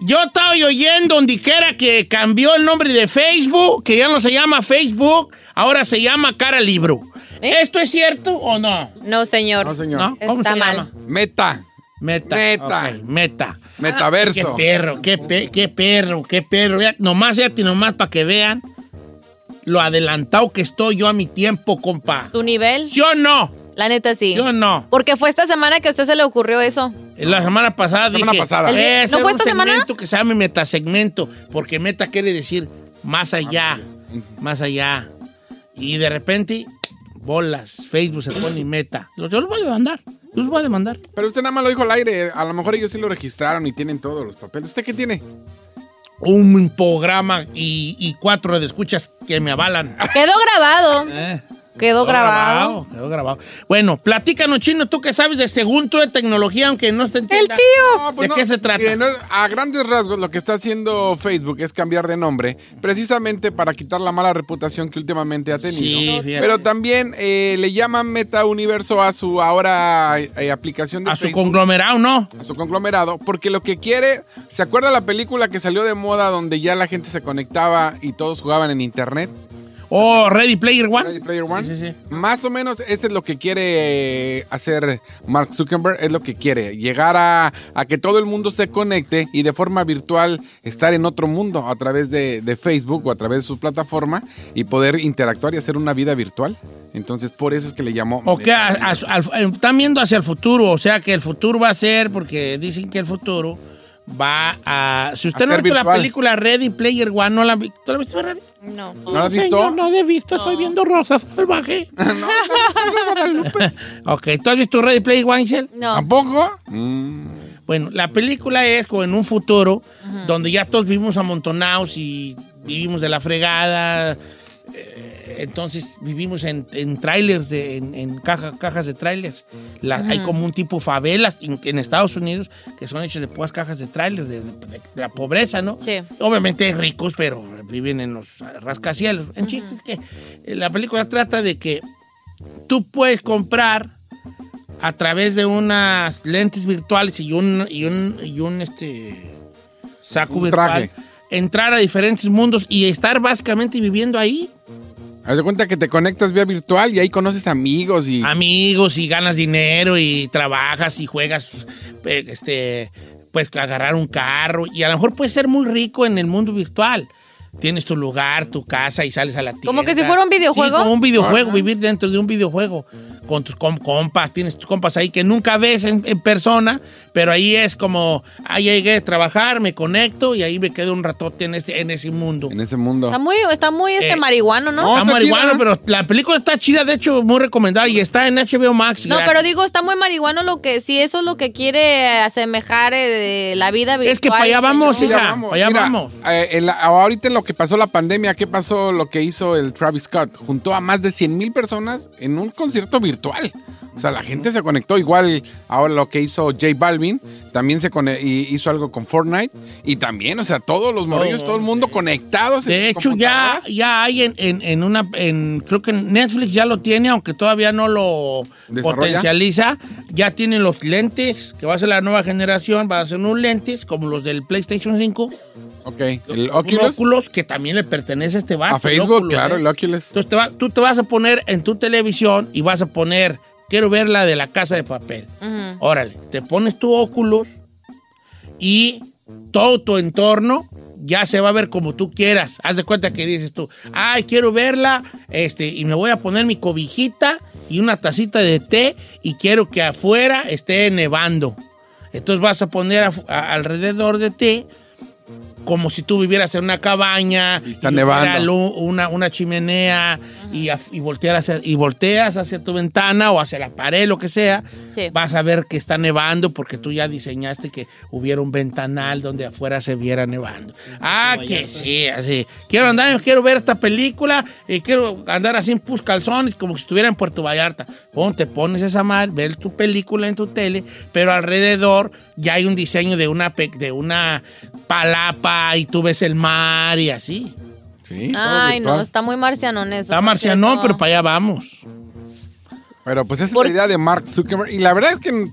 A: yo estaba oyendo donde quiera que cambió el nombre de Facebook, que ya no se llama Facebook, ahora se llama Cara Libro. ¿Esto es cierto o no?
C: ¿Eh? No, señor.
A: No,
B: señor.
A: ¿Cómo
C: Está
A: se
C: mal.
A: llama?
B: Meta.
A: Meta.
B: Meta.
A: Ok, meta.
B: Metaverso.
A: Qué perro, qué, pe- qué perro, qué perro. Ya, nomás, ya, nomás para que vean lo adelantado que estoy yo a mi tiempo, compa.
C: ¿Su nivel?
A: Yo no.
C: La neta sí.
A: Yo no.
C: Porque fue esta semana que a usted se le ocurrió eso.
A: La semana pasada
B: semana
A: dije,
B: pasada.
C: El vi-
A: "Eh,
C: ¿No
A: hacer
C: fue
A: un
C: esta semana?
A: segmento que se llame metasegmento, porque meta quiere decir más
B: Ah,
A: allá, más allá. Y de repente, bolas, Facebook se pone meta. Yo los voy a demandar, yo los voy a demandar.
B: Pero usted nada más lo dijo al aire. A lo mejor ellos sí lo registraron y tienen todos los papeles. ¿Usted qué tiene?
A: Un programa y, y cuatro de escuchas que me avalan.
C: Quedó grabado.
B: Eh,
C: Quedó grabado.
A: Quedó grabado. Bueno, platícanos, Chino, tú que sabes de segundo de tecnología, aunque no se entienda.
B: No, pues
A: ¿De
B: no.
A: qué se trata?
B: Mire, no, a grandes rasgos, lo que está haciendo Facebook es cambiar de nombre, precisamente para quitar la mala reputación que últimamente ha tenido.
A: Sí, fíjate.
B: Pero también eh, le llaman Meta Universo a su ahora eh, aplicación de
A: A su
B: Facebook,
A: conglomerado, ¿no?
B: a su conglomerado, porque lo que quiere, ¿se acuerda la película que salió de moda donde ya la gente se conectaba y todos jugaban en internet?
A: O Oh, Ready Player One.
B: Ready Player One.
A: Sí, sí, sí.
B: Más o menos eso es lo que quiere eh, hacer Mark Zuckerberg, es lo que quiere, llegar a, a que todo el mundo se conecte y de forma virtual estar en otro mundo a través de, de Facebook o a través de su plataforma y poder interactuar y hacer una vida virtual. Entonces por eso es que le llamó...
A: O que a- a- al- están viendo hacia el futuro, o sea que el futuro va a ser, porque dicen que el futuro va a... Ah, Si usted
B: A
A: no ha
B: ser
A: visto la
B: virtual.
A: película Ready Player One, no la han visto. ¿Tú la has visto, Ferrari?
C: No.
B: ¿No lo has visto?
A: no la he visto, estoy viendo Rosa
B: *laughs*
A: Salvaje. *laughs* ok, ¿tú has visto Ready Player One, Shell?
C: No.
B: ¿Tampoco? Mm.
A: Bueno, la película es como en un futuro donde ya todos vivimos amontonados y vivimos de la fregada. eh, Entonces vivimos en, en trailers, de- en, en caja- cajas de trailers. La- Hay como un tipo favelas en, en Estados Unidos que son hechas de puras cajas de trailers, de, de- de la pobreza, ¿no?
C: Sí.
A: Obviamente ricos, pero viven en los rascacielos. En chiste, es que eh, la película trata de que tú puedes comprar a través de unas lentes virtuales y un, y un, y un, este, saco
B: Un
A: virtual,
B: traje.
A: entrar a diferentes mundos y estar básicamente viviendo ahí.
B: Haz de cuenta que te conectas vía virtual y ahí conoces amigos y...
A: Amigos y ganas dinero y trabajas y juegas, eh, este, pues agarrar un carro y a lo mejor puedes ser muy rico en el mundo virtual. Tienes tu lugar, tu casa y sales a la tienda.
C: ¿Como que si fuera un videojuego?
A: Sí, como un
B: Ah.
A: videojuego, vivir dentro de un videojuego con tus com- compas, tienes tus compas ahí que nunca ves en, en persona, pero ahí es como, ahí llegué a trabajar, me conecto y ahí me quedo un ratote en ese, en ese mundo.
B: En ese mundo.
C: Está muy, está muy este
A: Eh,
C: marihuano, ¿no?
B: no,
A: está
B: está
A: marihuana,
B: chida. ¿eh?
A: pero la película está chida, de hecho, muy recomendada y está en HBO Max.
C: No,
A: gratis.
C: pero digo, está muy marihuano lo que, si eso es lo que quiere asemejar eh, de la vida virtual.
A: Es que para allá vamos,
C: señor.
A: hija, para allá
B: Mira,
A: vamos.
B: eh, en la- ahorita en lo que pasó la pandemia, ¿qué pasó lo que hizo el Travis Scott? Juntó a más de 100 mil personas en un concierto virtual. O sea, la gente se conectó igual. Ahora lo que hizo J Balvin, también se cone- y hizo algo con Fortnite. Y también, o sea, todos los morrillos, todo el mundo conectados. en
A: Oh. De
B: sus
A: hecho, ya,
B: computadoras.
A: ya hay en, en- en una, en, creo que Netflix ya lo tiene, aunque todavía no lo
B: Desarrolla.
A: potencializa. Ya tienen los lentes, que va a ser la nueva generación, va a ser unos lentes como los del PlayStation 5.
B: Ok,
A: Un
B: el Oculus.
A: que también le pertenece a este barco.
B: A Facebook, claro, el Oculus.
A: ¿eh? Entonces te va- tú te vas a poner en tu televisión y vas a poner, quiero ver la de la casa de papel.
C: Ujú.
A: Órale, te pones tu óculos y todo tu entorno ya se va a ver como tú quieras. Haz de cuenta que dices tú, ay, quiero verla, este, y me voy a poner mi cobijita y una tacita de té y quiero que afuera esté nevando. Entonces vas a poner afu- a- alrededor de ti como si tú vivieras en una cabaña y
B: está
A: tuviera
B: nevando.
A: lu- una, una chimenea y, af- y voltear hacia- y volteas hacia tu ventana o hacia la pared, lo que sea,
E: Sí.
A: vas a ver que está nevando porque tú ya diseñaste que hubiera un ventanal donde afuera se viera nevando. Ah, que sí, así. Quiero andar, quiero ver esta película y quiero andar así en pus calzones como si estuviera en Puerto Vallarta. Pon, te pones esa madre, ver tu película en tu tele, pero alrededor ya hay un diseño de una, pe- de una palapa y tú ves el mar y así.
B: Sí.
C: Ay, no, está muy marcianón eso.
A: Está marcianón, pero para allá vamos.
B: Pero pues esa es la idea de Mark Zuckerberg. Y la verdad es que n-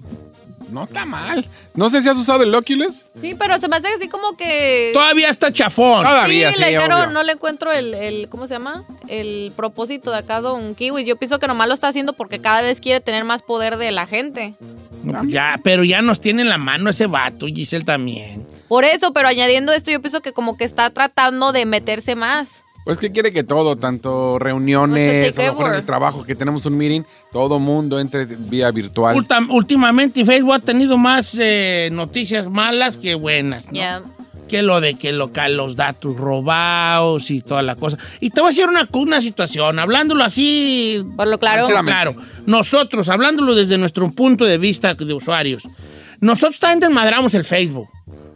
B: no está mal. No sé si has usado el Oculus.
C: Sí, pero se me hace así como que...
A: Todavía está chafón.
B: Todavía, sí,
C: le echaron-
B: obvio.
C: no le encuentro el, el- ¿cómo se llama? El propósito de acá Don Kiwi. Yo pienso que nomás lo está haciendo porque cada vez quiere tener más poder de la gente.
A: No, pues ya, pero ya nos tiene en la mano ese vato, Giselle también.
C: Por eso, pero añadiendo esto, yo pienso que como que está tratando de meterse más.
B: Pues que quiere que todo, tanto
C: Pues,
B: reuniones,
C: que
B: a lo mejor en
C: takeover.
B: el trabajo que tenemos un meeting, todo mundo entre vía virtual.
A: Ultam- últimamente Facebook ha tenido más eh, noticias malas que buenas, ¿no?
C: Ya.
A: Que lo de que lo, ca- los datos robados y toda la cosa. Y te voy a decir una, una situación, hablándolo así...
C: Por lo claro.
A: Claro. Nosotros, hablándolo desde nuestro punto de vista de usuarios, nosotros también desmadramos el Facebook.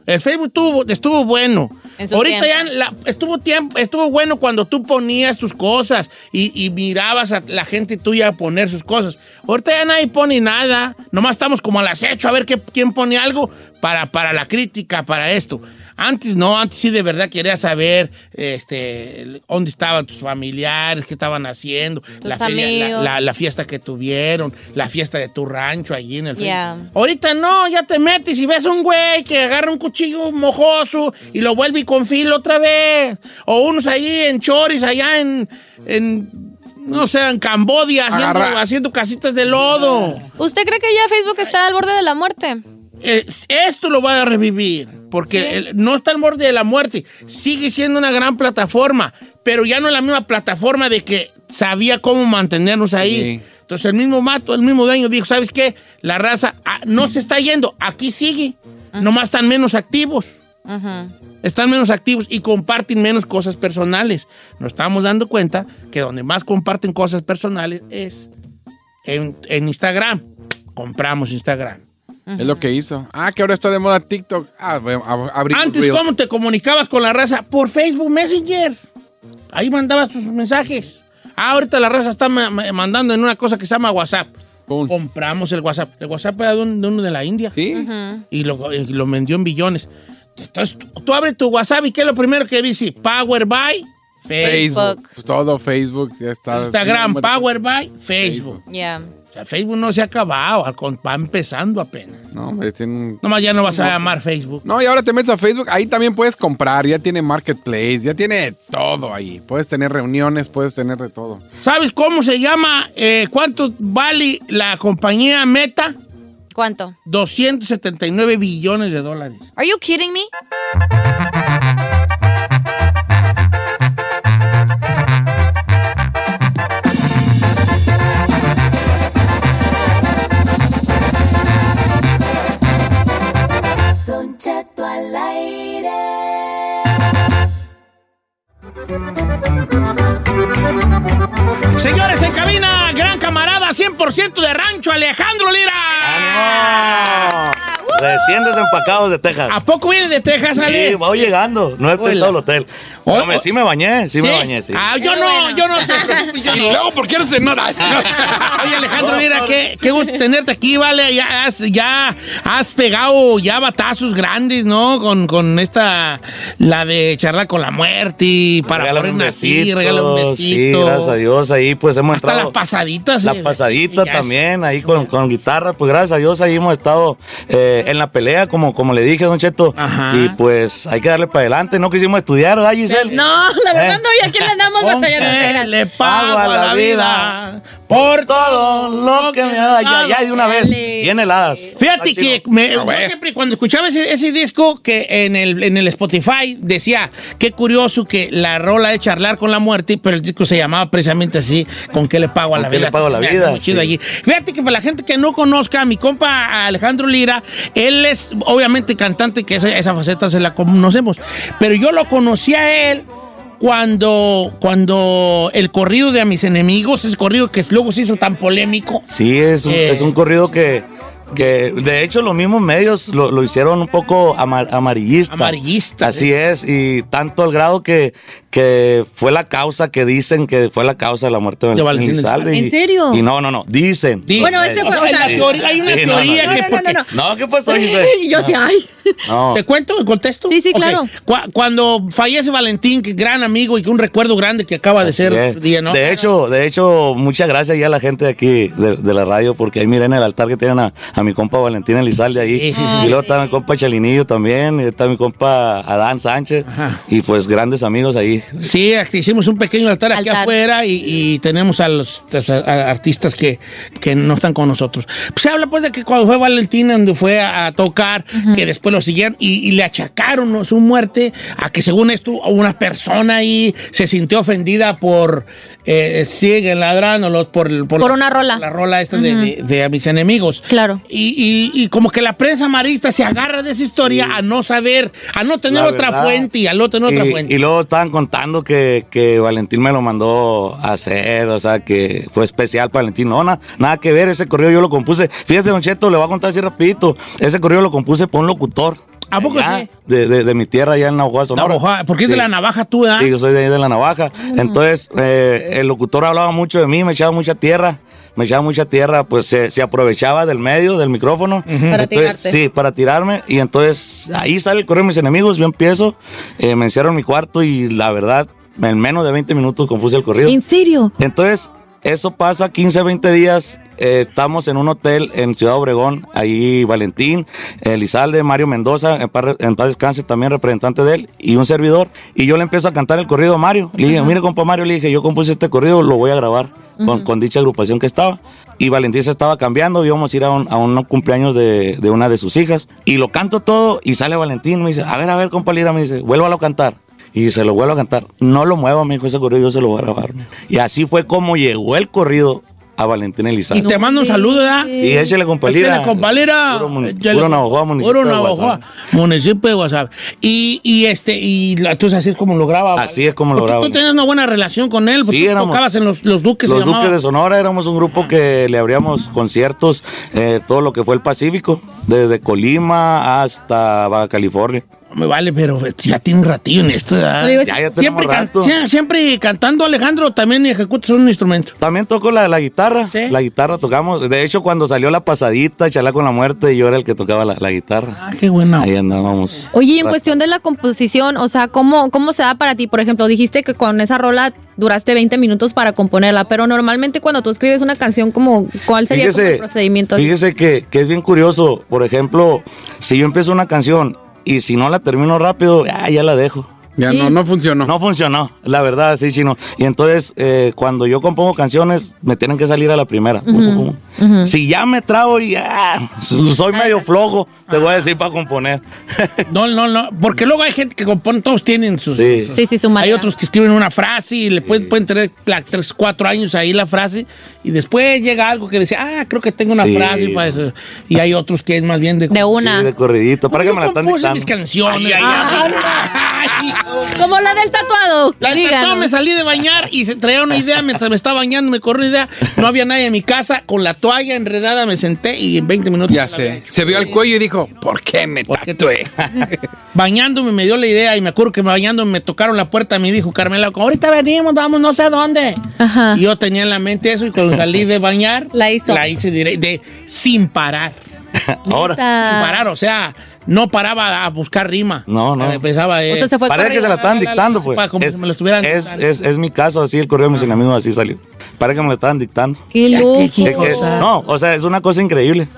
A: El Facebook tuvo- estuvo bueno.
C: En su
A: Ahorita
C: tiempo.
A: ya la- estuvo tiempo, estuvo bueno cuando tú ponías tus cosas y, y mirabas a la gente tuya poner sus cosas. Ahorita ya nadie pone nada. Nomás estamos como al acecho a ver qué, quién pone algo para, para la crítica, para esto. Antes no, antes sí de verdad quería saber este, el- dónde estaban tus familiares, qué estaban haciendo, la, feria- la-
C: amigos.
A: la- la fiesta que tuvieron, la fiesta de tu rancho allí en el
C: Ya.
A: Facebook. Ahorita no, ya te metes y ves un güey que agarra un cuchillo mojoso y lo vuelve y con filo otra vez. O unos ahí en choris, allá en, en, no sé, en Cambodia, haciendo,
B: Agarra-
A: haciendo casitas de lodo.
C: ¿Usted cree que ya Facebook está al borde de la muerte?
A: Eh, esto lo va a revivir, porque el- no está al borde de la muerte. Sigue siendo una gran plataforma, pero ya no es la misma plataforma de que sabía cómo mantenernos ahí.
B: Sí.
A: Entonces el mismo mato, el mismo dueño dijo, ¿sabes qué? La raza ah, no se está yendo, aquí sigue. Nomás están menos activos. Están menos activos y comparten menos cosas personales. Nos estamos dando cuenta que donde más comparten cosas personales es en, en Instagram. Compramos Instagram.
B: Es lo que hizo. Ah, que ahora está de moda TikTok. Ah, bueno, ab- abrimos
A: Antes,
B: Reels.
A: ¿cómo te comunicabas con la raza? Por Facebook Messenger. Ahí mandabas tus mensajes. Ah, ahorita la raza está ma- ma- mandando en una cosa que se llama WhatsApp.
B: Pum.
A: Compramos el WhatsApp. El WhatsApp era de, un- de uno de la India.
B: Sí.
A: Y lo, y lo vendió en billones. Entonces, tú, tú abres tu WhatsApp y ¿qué es lo primero que dice? Power by Facebook.
C: Facebook.
B: Pues todo Facebook ya está.
A: Instagram,
B: Sí,
A: Power by Facebook.
C: Ya.
A: O sea, Facebook no se ha acabado, al con- va empezando apenas.
B: No, hombre, tienen-
A: Nomás ya no vas a llamar Facebook.
B: No, y ahora te metes a Facebook, ahí también puedes comprar, ya tiene marketplace, ya tiene todo ahí. Puedes tener reuniones, puedes tener de todo.
A: ¿Sabes cómo se llama? eh, ¿Cuánto vale la compañía Meta?
C: ¿Cuánto?
A: 279 billones de dólares.
C: Are you kidding me?
F: Don Cheto al aire.
A: Señores en cabina, gran camarada 100% de rancho, Alejandro Lira.
H: Recién desempacados de Texas.
A: Ah. ¿A poco viene de Texas, Ale?
H: Sí, voy llegando. No estoy en
A: Hola. Oh,
H: todo el hotel. No, me- sí me bañé, sí, me bañé, sí.
A: Ah, yo no, yo no te preocupes,
H: *laughs*
A: yo no.
B: ¿por qué no se nota?
A: *laughs* Oye, Alejandro Lira, qué, qué gusto tenerte aquí, vale. Ya has, ya has pegado ya batazos grandes, ¿no? Con, con esta, la de charla con la muerte, para
H: Regálame
A: poner
H: un
A: una así,
H: besito,
A: regala un besito.
H: Sí, gracias a Dios. Ahí pues hemos
A: Hasta las
H: entrado.
A: pasaditas.
H: La
A: eh,
H: pasadita
A: ya es-
H: también, ahí con, con guitarra, pues gracias a Dios ahí hemos estado eh, en la pelea, como, como le dije, don Cheto.
A: Ajá.
H: Y pues hay que darle para adelante, no quisimos estudiar, ¿verdad, Giselle?
E: No, la verdad
H: Eh.
E: no, y aquí le andamos batallando.
A: Hombre,
E: Espera.
A: le pago a la vida Por
H: todo lo que me ha dado. Ya, ya de una vez. Bien heladas.
A: Fíjate
H: Está
A: que
H: chido.
A: me-
H: Eh, Ah, güey.
A: yo siempre cuando escuchaba ese, ese disco que en el, en el Spotify decía, qué curioso que la rola de charlar con la muerte, pero el disco se llamaba precisamente así, ¿con qué le pago a
H: ¿Con
A: la
H: qué
A: vida?
H: le pago a la
A: Está
H: vida?
A: muy chido
H: Sí.
A: allí. Fíjate que para la gente que no conozca a mi compa Alejandro Lira, él es obviamente cantante, que esa, esa faceta se la conocemos, pero yo lo conocí a él cuando, cuando el corrido de A mis enemigos, ese corrido que luego se hizo tan polémico.
H: Sí, es un,
A: Eh.
H: es un corrido que, que, de hecho, los mismos medios lo, lo hicieron un poco amar- amarillista.
A: Amarillista,
H: Así
I: eh.
H: es, y tanto al grado que, que fue la causa que dicen que fue la causa de la muerte de
A: De
H: Valentín
A: Valentín
H: Elizalde.
I: Elizalde.
H: y-
I: ¿En serio?
H: Y no, no, no, dicen.
I: Bueno, ese fue-
H: Sí,
I: o sea,
H: sí,
I: teoría- hay una
H: sí, no, no,
I: teoría
H: no,
I: que
H: no,
I: es
A: *laughs*
I: porque-
H: no, no. No, ¿qué
A: Pues,
H: pasó, Giselle?
I: Y yo sí,
H: No.
I: ay.
H: No.
A: ¿Te cuento? ¿Te contesto?
I: Sí, sí,
A: Ok.
I: claro.
A: Cu- cuando fallece Valentín, que gran amigo y que un recuerdo grande que acaba de ser
H: Bien.
A: su día, ¿no?
H: De hecho, de hecho, muchas gracias ya a la gente de aquí de, de la radio, porque ahí miren el altar que tienen a, a mi compa Valentín Elizalde ahí. y luego está mi compa Chalinillo también, y está mi compa Adán Sánchez. Y pues grandes amigos ahí.
A: Sí, aquí hicimos un pequeño altar, aquí
H: Altar.
A: afuera y, y tenemos a los a- a artistas que, que no están con nosotros. Pues se habla pues de que cuando fue Valentín, donde fue a, a tocar, que después lo siguieron y, y le achacaron ¿no? su muerte a que según esto una persona ahí se sintió ofendida por eh, siguen ladrándolos por, por,
C: Por una rola.
A: La rola esta de- de, de a mis enemigos. Claro. Y, y- y como que la prensa marista se agarra de esa historia a no saber, a no tener
H: La
A: otra
H: verdad.
A: fuente y a no tener otra
H: y,
A: fuente.
H: y luego estaban contando que, que Valentín me lo mandó a hacer, o sea, que fue especial para Valentín. No, na- nada que ver, ese correo yo lo compuse. Fíjate, Don Cheto, le voy a contar así rapidito. Ese correo lo compuse por un locutor.
A: ¿A poco
H: allá,
A: sí?
H: De, de- de mi tierra, allá en Navajo, Sonora.
A: Navajo, Ah, porque es de la navaja tú, ¿verdad?
H: Sí, yo soy de ahí de la navaja. Entonces, eh, el locutor hablaba mucho de mí, me echaba mucha tierra. Me echaba mucha tierra, pues se, se aprovechaba del medio, del micrófono.
I: Para
H: Entonces,
I: tirarte.
H: Sí, para tirarme. Y entonces ahí sale el correo de mis enemigos. Yo empiezo, eh, me encierro en mi cuarto y la verdad, en menos de 20 minutos compuse el corrido.
I: ¿En serio?
H: Entonces, eso pasa 15, 20 días. eh, estamos en un hotel en Ciudad Obregón. Ahí Valentín, Elizalde, Mario Mendoza, en paz, en paz descanse, también representante de él, y un servidor. Y yo le empiezo a cantar el corrido a Mario. Le dije,
I: Ajá.
H: mire, compa Mario, le dije, yo compuse este corrido, lo voy a grabar con, con dicha agrupación que estaba. Y Valentín se estaba cambiando, íbamos a ir a un, a un cumpleaños de, de una de sus hijas. Y lo canto todo y sale Valentín, me dice, a ver, a ver, compa Lira, me dice, vuélvalo a cantar. Y se lo vuelvo a cantar. No lo mueva, me dijo ese corrido, yo se lo voy a grabar. me dijo. Y así fue como llegó el corrido a Valentín Elizalde.
A: Y te mando un saludo, ¿verdad?
H: Sí, échale, compa Lira.
A: Échale, compa Lira.
H: Puro mun-
A: Échale.
H: puro Navajoa, municipio
A: Puro
H: de
A: Navajoa,
H: Guasave.
A: municipio de Guasave. Y, y este, y la- entonces así es como lo graba.
H: Así es como lo
A: Porque
H: grababa.
A: Tú tenías una buena relación con él, porque
H: Sí,
A: tú
H: éramos-
A: tocabas en los, los Duques. se
H: Los
A: llamaba.
H: Duques de Sonora éramos un grupo que le abríamos conciertos, eh, todo lo que fue el Pacífico, desde Colima hasta Baja California.
A: Me vale, pero eh, ya tiene un ratillo en esto. ¿verdad? siempre, can- sie- siempre cantando Alejandro también ejecutas un instrumento.
H: También toco la, la guitarra. La guitarra tocamos. De hecho, cuando salió la pasadita, Chalá con la muerte, yo era el que tocaba la, la guitarra.
A: Ah, qué buena.
H: Ahí andábamos.
I: Oye, y en cuestión de la composición, o sea, ¿cómo, ¿cómo se da para ti? Por ejemplo, dijiste que con esa rola duraste 20 minutos para componerla, pero normalmente cuando tú escribes una canción, como, ¿cuál sería como el procedimiento?
H: Fíjese que, que es bien curioso. Por ejemplo, si yo empiezo una canción y si no la termino rápido, ah, ya la dejo.
B: Ya no, no funcionó.
H: No funcionó, la verdad, sí, chino. Y entonces, eh, cuando yo compongo canciones, me tienen que salir a la primera.
I: Ujú, ujú.
H: Si ya me trabo y ya
I: Ah,
H: soy medio flojo, te voy a decir para componer.
A: *laughs* No, no, no. Porque luego hay gente que compone, todos tienen sus. sus-
I: Sí, sí, su
A: Hay
I: manera.
A: otros que escriben una frase y le pueden, pueden tener la- tres, cuatro años ahí la frase y después llega algo que dice, ah, creo que tengo una
H: Sí.
A: frase para eso. Y hay otros que es más bien de.
I: De una.
H: Sí, de corridito. Para que me la están
A: Puse
H: dictando.
A: mis canciones. Ah.
I: Como la del tatuado.
A: La neta,
I: díganos.
A: no, me salí de bañar y se traía una idea mientras me estaba bañando, me corrió una idea. No había nadie en mi casa, con la toalla enredada me senté y en 20 minutos. Ya sé.
B: Se vio al cuello y dijo, ¿por qué me tatué?
A: Bañándome me dio la idea y me acuerdo que bañándome me tocaron la puerta me dijo Carmela, ahorita venimos, vamos no sé a dónde. Y yo tenía en la mente eso y cuando salí
I: *laughs*
A: de bañar, la hice La hice dire- de, sin parar.
H: *laughs* Ahora.
A: Sin parar, o sea, no paraba a buscar rima.
H: No, no.
A: Empezaba eh,
H: Parece que se la están dictando, pues.
A: Como
H: Es,
A: si me lo estuvieran
H: es, es, es mi caso, así el correo de mis enemigos así salió. Parece que me lo estaban dictando.
I: Qué loco.
H: Es que- no, o sea, es una cosa increíble.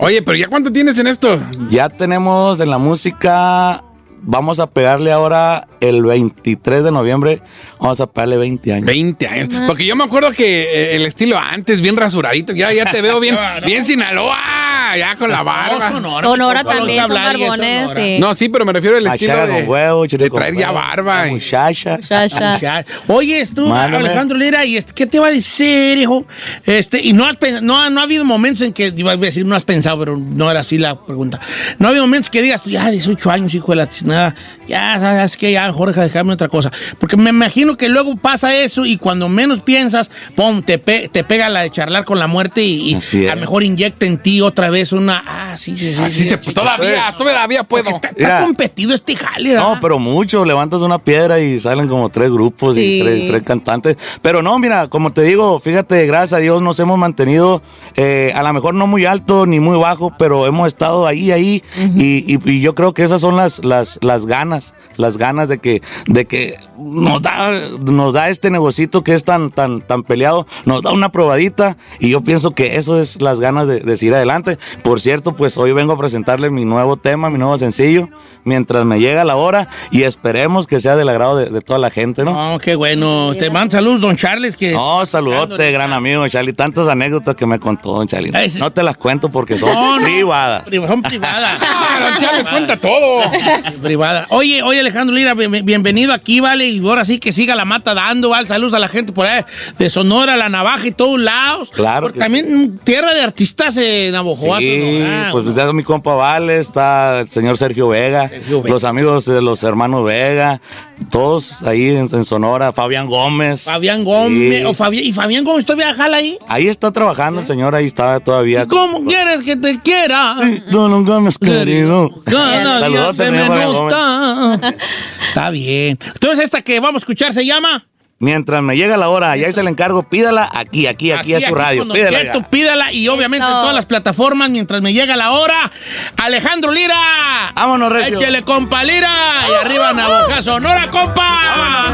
H: Oye, pero ¿ya cuánto tienes en esto? Ya tenemos en la música vamos a pegarle ahora el 23 de noviembre, vamos a pegarle 20 años.
B: 20 años. *laughs* Porque yo me acuerdo que eh, el estilo antes, bien rasuradito, ya, ya te veo *laughs* bien, bien Sinaloa, ya con la barba.
I: Sonora, Sonora también, son barbones, sí.
B: No, sí, pero me refiero al estilo
H: Achara
B: de,
H: con huevo, chile
B: de
H: con
B: traer ya
H: huevo,
B: barba. y-
H: Muchacha.
A: Muchacha. Oye, tú,
B: Mándame.
A: Alejandro Lira, ¿y este, qué te va a decir, hijo? Este, y no, has pen- no, ha- no ha habido momentos en que, iba a decir, no has pensado, pero no era así la pregunta. No ha habido momentos que digas, tú, ya, 18 años, hijo de la nada, ya, sabes que ya, Jorge, déjame otra cosa. Porque me imagino que luego pasa eso y cuando menos piensas, pum, te, pe- te pega la de charlar con la muerte y, y
H: Así es.
A: a lo mejor inyecta en ti otra vez una, ah, sí, sí, sí.
B: Así
A: sí,
B: se-
A: chico.
B: todavía, todavía puedo.
A: Está
H: Mira.
A: competido este jale, ¿verdad?
H: No, pero mucho. Levantas una piedra y salen como tres grupos
A: Sí.
H: y tres, tres cantantes. Pero no, mira, como te digo, fíjate, gracias a Dios nos hemos mantenido, eh, a lo mejor no muy alto ni muy bajo, pero hemos estado ahí, ahí. y, y- y yo creo que esas son las, las, las ganas, las ganas de que, de que nos da, nos da este negocito que es tan, tan, tan peleado, nos da una probadita y yo pienso que eso es las ganas de, de seguir adelante. Por cierto, pues hoy vengo a presentarles mi nuevo tema, mi nuevo sencillo, mientras me llega la hora y esperemos que sea del agrado de, de toda la gente, ¿no?
A: No, Ah, qué bueno. Te mando saludos, don Charles, que...
H: No, saludote, gran amigo Charlie. Tantas anécdotas que me contó don Charlie.
A: Ay, sí.
H: No te las cuento porque son
A: No, no.
H: privadas.
A: Pri- Son
B: *laughs*
A: privadas.
B: Ah, don Charles, cuenta todo.
A: Privada. *laughs* Oye, oye, Alejandro Lira, bien- bienvenido aquí, vale. Y ahora sí que siga la mata dando, ¿vale? Saludos a la gente por ahí de Sonora, La Navaja y todos lados.
H: Claro
A: Porque
H: que
A: también mm, tierra de artistas en Navojoa,
H: Sí,
A: Sonora.
H: pues está mi compa Vale, está el señor Sergio Vega, los amigos de los hermanos Vega, todos ahí en, en Sonora, Fabián Gómez.
A: Fabián Gómez.
H: Sí.
A: o Fabián, ¿Y Fabián Gómez todavía jala ahí?
H: Ahí está trabajando el señor, ahí está todavía.
A: ¿Cómo quieres que te quiera?
H: Don Gómez, querido.
A: Cada día
H: Saludotes,
A: se me
H: señor Fabián Gómez.
A: nota. Está bien. Entonces, esta que vamos a escuchar se llama...
H: Mientras me llega la hora, ya se le encargo, pídala aquí, aquí, aquí, a su radio.
A: cuando
H: Pídala.
A: quieras,
H: ya.
A: tú pídala y obviamente en todas las plataformas mientras me llega la hora. Alejandro Lira.
H: Vámonos, Recio.
A: Échale, compa Lira. Y arriba, Navaja Sonora, compa.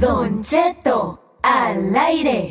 F: Don Cheto al aire.